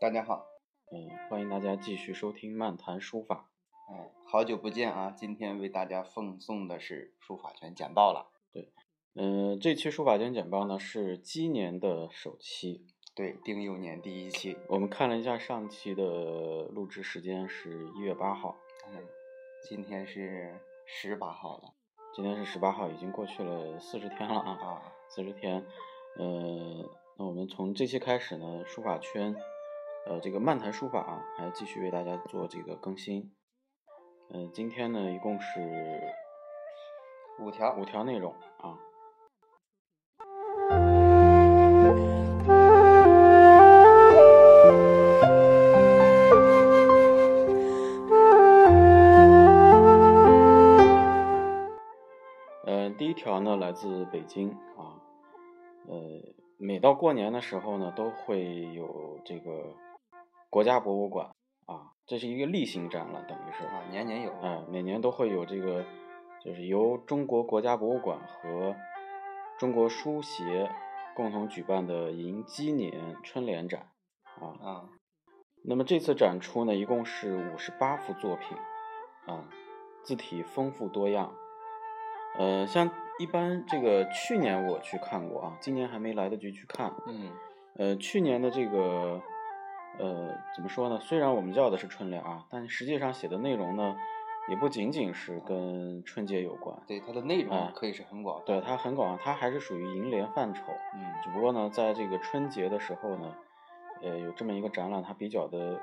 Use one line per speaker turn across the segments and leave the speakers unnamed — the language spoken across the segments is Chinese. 大家好，
嗯，欢迎大家继续收听漫谈书法。
哎，好久不见啊！今天为大家奉送的是《书法权简报》了。
嗯、这期书法圈简报呢是鸡年的首期，
对，丁酉年第一期，
我们看了一下上期的录制时间是一月八号，
嗯，今天是十八号了
今天是十八号，已经过去了四十天了啊，
啊，
四十天。呃，那我们从这期开始呢，书法圈，呃，这个漫谈书法啊，还继续为大家做这个更新。嗯、今天呢一共是
五条，
五条内容啊。呃，第一条呢来自北京啊，呃，每到过年的时候呢，都会有这个国家博物馆啊，这是一个例行展览，等于是
啊，年年有，
哎，每年都会有这个，就是由中国国家博物馆和中国书协共同举办的迎鸡年春联展啊。
啊，
那么这次展出呢，一共是五十八幅作品啊，字体丰富多样。呃，像一般这个去年我去看过啊，今年还没来得及去看。
嗯，
呃，去年的这个，呃，怎么说呢？虽然我们叫的是春联啊，但实际上写的内容呢，也不仅仅是跟春节有关。
对，它的内容
啊
可以是很广，
对，它很广，它还是属于楹联范畴。
嗯，
只不过呢，在这个春节的时候呢，呃，有这么一个展览，它比较的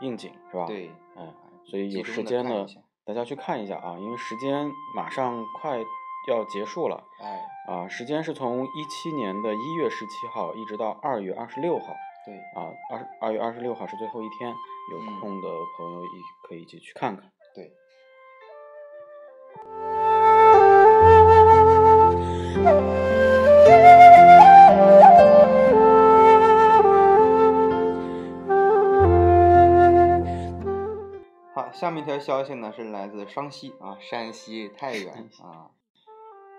应景，是吧？，
对，
哎
啊，
所以
集
有
中
时
地
间
看一
呢
下，
大家去看一下啊，因为时间马上快要结束了。
哎，
啊，时间是从一七年的一月十七号一直到二月二十六号，
对，
啊，二二月二十六号是最后一天，有
嗯
空的朋友一可以一起去看看。
对。好，下面一条消息呢是来自商西啊，山西太原啊。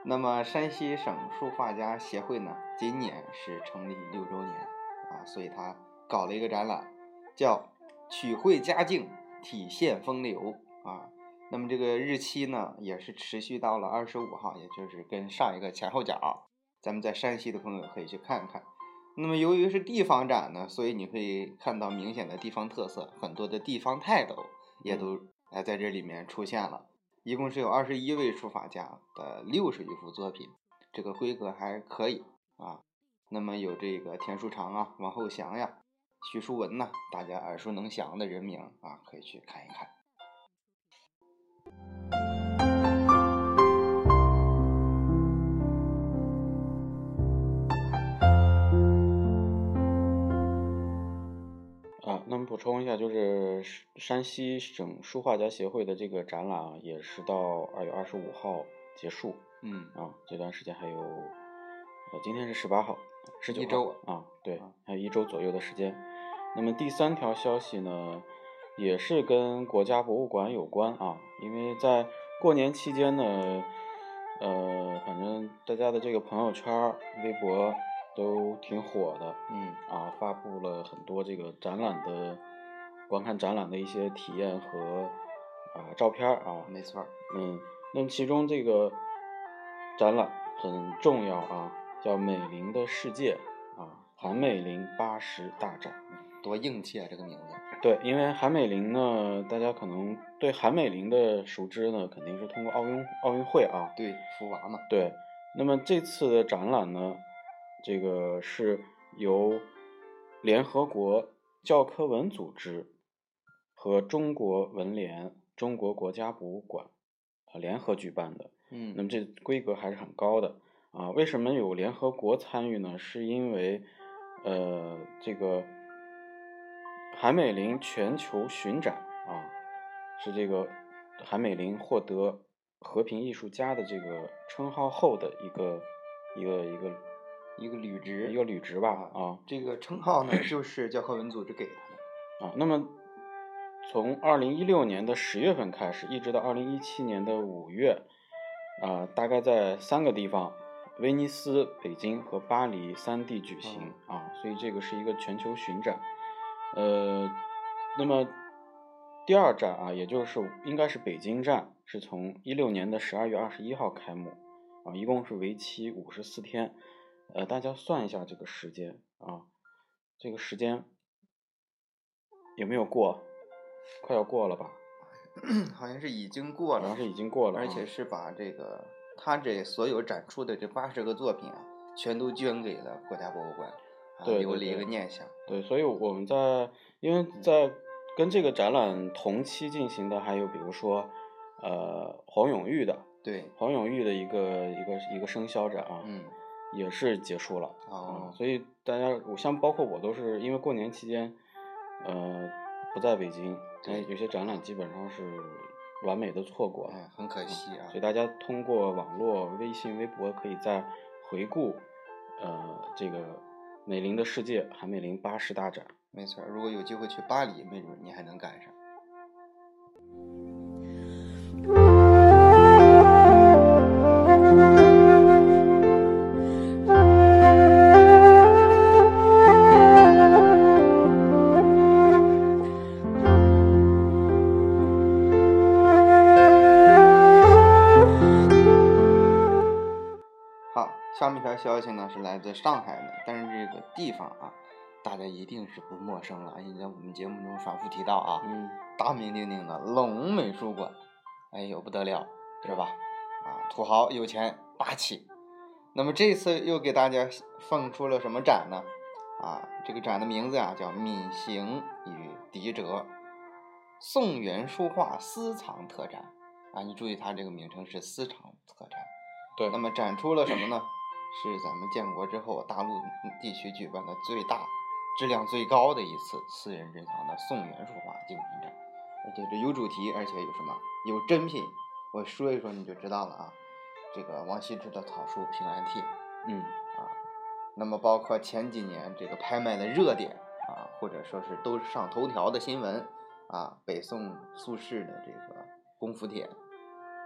那么山西省书画家协会呢，今年是成立六周年啊，所以他搞了一个展览，叫“取绘佳境，体现风流”啊。那么这个日期呢，也是持续到了二十五号，也就是跟上一个前后脚。咱们在山西的朋友可以去看看。那么由于是地方展呢，所以你会看到明显的地方特色，很多的地方泰斗也都哎在这里面出现了。一共是有二十一位书法家的六十余幅作品，这个规格还可以啊。那么有这个田书长啊、王厚祥呀、徐书文呐、大家耳熟能详的人名啊，可以去看一看。
啊，那么补充一下，就是山山西省书画家协会的这个展览啊，也是到二月二十五号结束
嗯，
啊，这段时间还有，呃，今天是十八号，十九
一周
啊，对
啊，
还有一周左右的时间。那么第三条消息呢，也是跟国家博物馆有关啊，因为在过年期间呢，呃，反正大家的这个朋友圈儿、微博都挺火的，
嗯，
啊，发布了很多这个展览的观看展览的一些体验和啊照片儿啊，
没错儿。
嗯，那么其中这个展览很重要啊，叫美玲的世界啊，韩美玲八十大展。
多硬气啊，这个名字。
对，因为韩美玲呢，大家可能对韩美玲的熟知呢，肯定是通过奥运奥运会啊，
对，福娃嘛。
对，那么这次的展览呢，这个是由联合国教科文组织和中国文联、中国国家博物馆啊联合举办的。那
嗯
么这规格还是很高的啊。为什么有联合国参与呢？是因为呃，这个韩美林全球巡展啊，是这个韩美林获得和平艺术家的这个称号后的一个一个一个
一个履职，
一个履职吧啊
这个称号呢，就是教科文组织给他的。
啊。那么从二零一六年的十月份开始，一直到二零一七年的五月，啊、大概在三个地方，威尼斯、北京和巴黎三地举行、啊，所以这个是一个全球巡展。呃，那么第二站啊，也就是应该是北京站，是从一六年的十二月二十一号开幕啊，一共是为期五十四天。呃，大家算一下这个时间啊，这个时间有没有过？快要过了吧？
好像是已经过
好像
了，
是已经过了啊、
而且是把这个他这所有展出的这八十个作品啊，全都捐给了国家博物馆，啊，
对对
留了一
对
个念想。
对，所以我们在因为在跟这个展览同期进行的还有比如说呃黄永玉的
对，
黄永玉的一个一个一个生肖展啊，
嗯，
也是结束了啊、
哦，
所以大家我像包括我都是因为过年期间呃不在北京，
对
但有些展览基本上是完美的错过了。
哎，很可惜啊
所以。大家通过网络、微信、微博，可以再回顾，呃，这个美玲的世界韩美玲八十大展。
没错儿，如果有机会去巴黎，没准儿你还能赶上。好，下面一条消息呢是来自上海的，但是这个地方啊，大家一定是不陌生了，而且在我们节目中反复提到啊，
嗯，
大名鼎鼎的龙美术馆，哎呦不得了，是吧？啊，土豪有钱霸气。那么这次又给大家放出了什么展呢？啊，这个展的名字啊叫《闵行与狄哲：宋元书画私藏特展》啊，你注意它这个名称是私藏特展。
对
那么展出了什么呢？是咱们建国之后大陆地区举办的最大、质量最高的一次私人珍藏的宋元书画精品展，而且这有主题，而且有什么有珍品，我说一说你就知道了啊。这个王羲之的草书《平安帖》，
嗯，
那么包括前几年这个拍卖的热点啊，或者说是都上头条的新闻啊，北宋苏轼的这个《功夫帖》，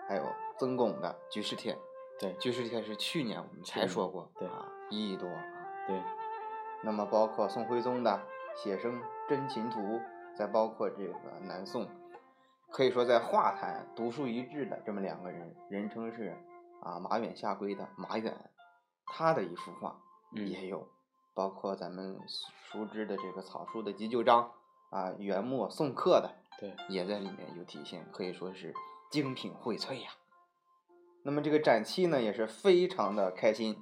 还有曾巩的《举世帖》。
对
《居士帖》是去年我们
去
才
年
说过，
对
啊，一亿多啊。
对，
那么包括宋徽宗的《写生真禽图》，再包括这个南宋，可以说在画坛独树一帜的这么两个人，人称是啊马远下归的马远，他的一幅画
嗯，
也有，包括咱们熟知的这个草书的急救章啊，元末宋刻的
对，
也在里面有体现，可以说是精品荟萃呀、那么这个展期呢，也是非常的开心，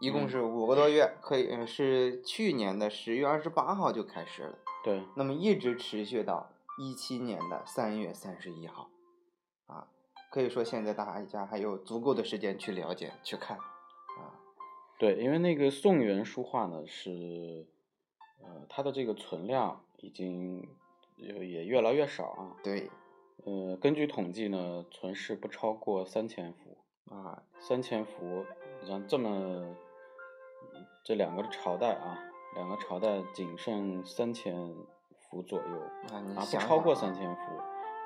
一共
嗯
是五个多月，可以呃是去年的十月二十八号就开始了，
对，
那么一直持续到一七年的三月三十一号，啊，可以说现在大家还有足够的时间去了解、去看，啊，
对，因为那个宋元书画呢是，呃，它的这个存量已经也也越来越少啊。
对，
呃，根据统计呢，存世不超过三千幅。
啊，
三千幅，你像这么这两个朝代啊，两个朝代仅剩三千幅左右，
那你
啊，不
想
超过
想
三，
啊
千幅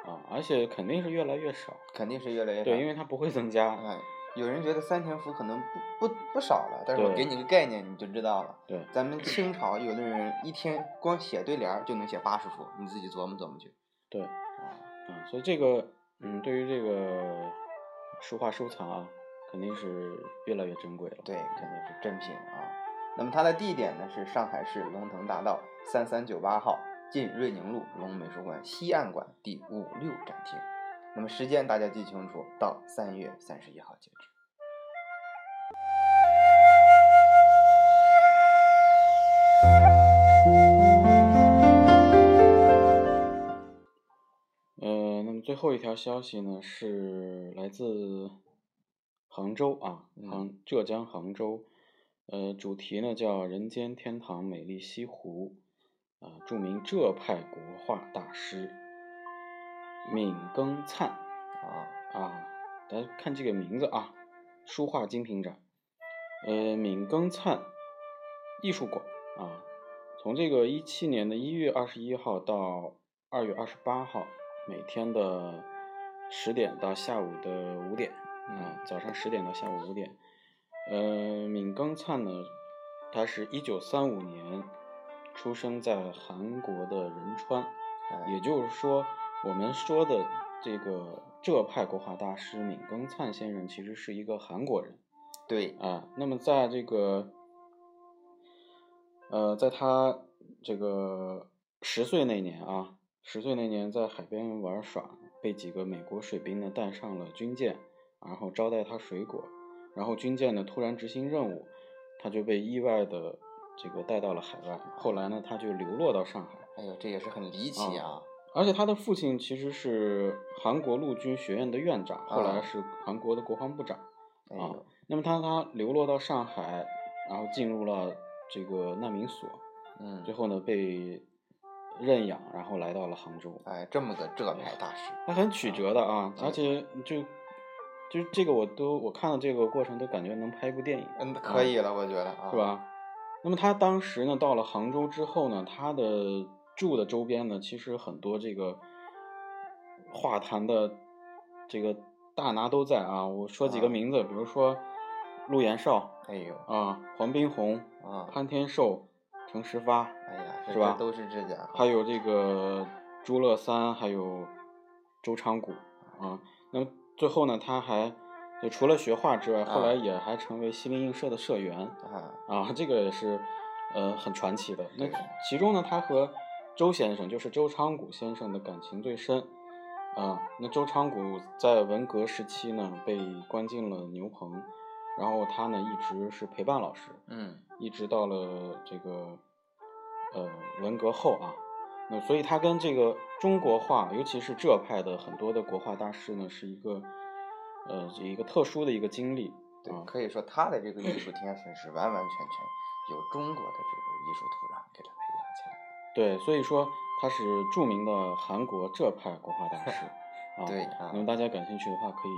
啊，而且肯定是越来越少。
肯定是越来越
对，
少
因为它不会增加。
哎，有人觉得三千幅可能不不不少了，但是我
对
给你个概念，你就知道了。
对，
咱们清朝有的人一天光写对联儿就能写八十幅，你自己琢磨琢磨去。
对，啊，所以这个，嗯，对于这个书画收藏啊，肯定是越来越珍贵了。
对，肯定是真品啊。那么它的地点呢是上海市龙腾大道三三九八号近瑞宁路龙美术馆西岸馆第五六展厅。那么时间大家记清楚，到三月三十一号截止。
呃，那么最后一条消息呢，是来自杭州啊，
嗯
杭浙江杭州，呃，主题呢叫“人间天堂美丽西湖”，啊、著名浙派国画大师闵庚灿
啊，
啊，大家看这个名字啊，书画精品展，呃，闵庚灿艺术馆啊，从这个一七年的一月二十一号到二月二十八号，每天的十点到下午的五点啊，早上十点到下午五点，呃，闵庚灿呢，他是一九三五年出生在韩国的仁川，
哎
也就是说，我们说的这个浙派国画大师闵庚灿先生其实是一个韩国人。
对，
啊，那么在这个，呃，在他这个十岁那年啊，十岁那年在海边玩耍，被几个美国水兵呢带上了军舰，然后招待他水果，然后军舰呢突然执行任务，他就被意外的这个带到了海外，后来呢他就流落到上海，
哎呦，这也是很离奇啊，
而且他的父亲其实是韩国陆军学院的院长，后来
啊
是韩国的国防部长。
哎
啊
呦，
那么他他流落到上海，然后进入了这个难民所，
嗯
最，后呢被认养，然后来到了杭州。
哎，这么个浙派大师，
他很曲折的啊，而且就就这个我都我看了这个过程都感觉能拍一部电影，
嗯，可以了，我觉得啊，
是？吧？那么他当时呢到了杭州之后呢，他的住的周边呢其实很多这个画坛的这个大拿都在啊，我说几个
啊
名字，比如说陆延绍。
哎呦，
啊，黄宾虹、
啊，
潘天寿、程十发，
哎呀，这
是吧
这都是这家伙，
还有这个朱乐三，还有周昌谷啊。那么最后呢，他还就除了学画之外，后来
啊
也还成为西泠印社的社员
啊，
啊，这个也是呃很传奇的。那
对
其中呢，他和周先生，就是周昌谷先生的感情最深。啊，那周昌谷在文革时期呢，被关进了牛棚，然后他呢一直是陪伴老师，
嗯，
一直到了这个呃文革后啊，那所以他跟这个中国画，尤其是浙派的很多的国画大师呢，是一个呃是一个特殊的一个经历
对，
啊。
可以说他的这个艺术天分是完完全全由中国的这个艺术土壤给他培养起来的。
对，所以说他是著名的韩国浙派国画大 师啊。
对啊
那么大家感兴趣的话，可以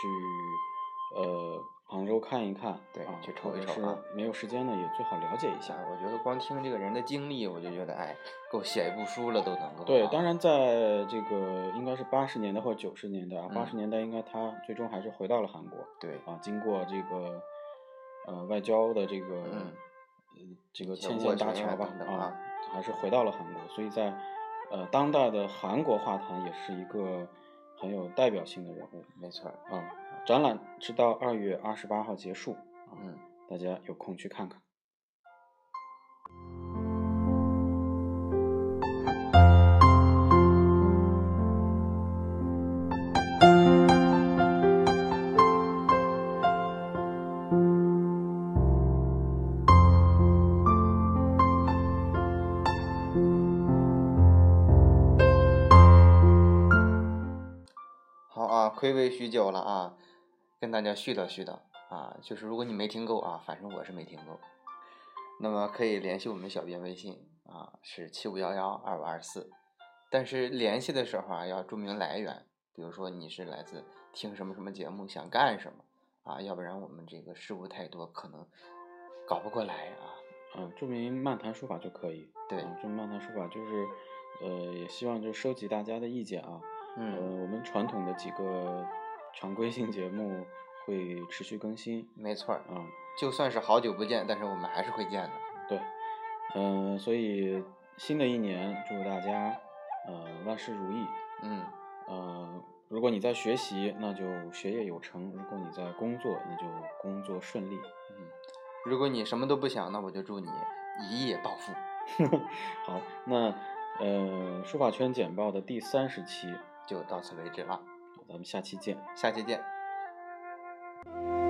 去呃杭州看一看，
对
啊，
去瞅
或
一
者
瞅
是
啊
没有时间呢，也最好了解一下
像。我觉得光听这个人的经历，我就觉得哎，够写一部书了都能够。
对，
啊
当然在这个应该是八十年代或九十年代啊，八十
嗯
年代应该他最终还是回到了韩国
对，
啊，经过这个呃外交的这个、
嗯
呃这个
一些
牵
斡
线搭
旋
桥
啊
吧
等等
啊
啊，
还是回到了韩国，所以在呃当代的韩国画坛也是一个很有代表性的人物
没错儿，
啊。展览直到二月二十八号结束，啊
嗯，
大家有空去看看。
好啊，暌违许久了啊，跟大家絮叨絮叨啊，就是如果你没听够啊，反正我是没听够，那么可以联系我们小编微信啊，是七五幺幺二五二四，但是联系的时候啊要注明来源，比如说你是来自听什么什么节目，想干什么啊，要不然我们这个事务太多，可能搞不过来啊。
嗯，著名漫谈书法就可以。
对
啊，著名漫谈书法就是，呃，也希望就收集大家的意见啊。呃，
嗯，
我们传统的几个常规性节目会持续更新
没错儿，
啊。
就算是好久不见，但是我们还是会见的。
对，嗯、所以新的一年祝大家呃万事如意。
嗯，
呃，如果你在学习，那就学业有成；如果你在工作，那就工作顺利。
如果你什么都不想，那我就祝你一夜暴富。
好，那呃，书法圈简报的第三十期，
就到此为止了，
咱们下期见。
下期见。
「君の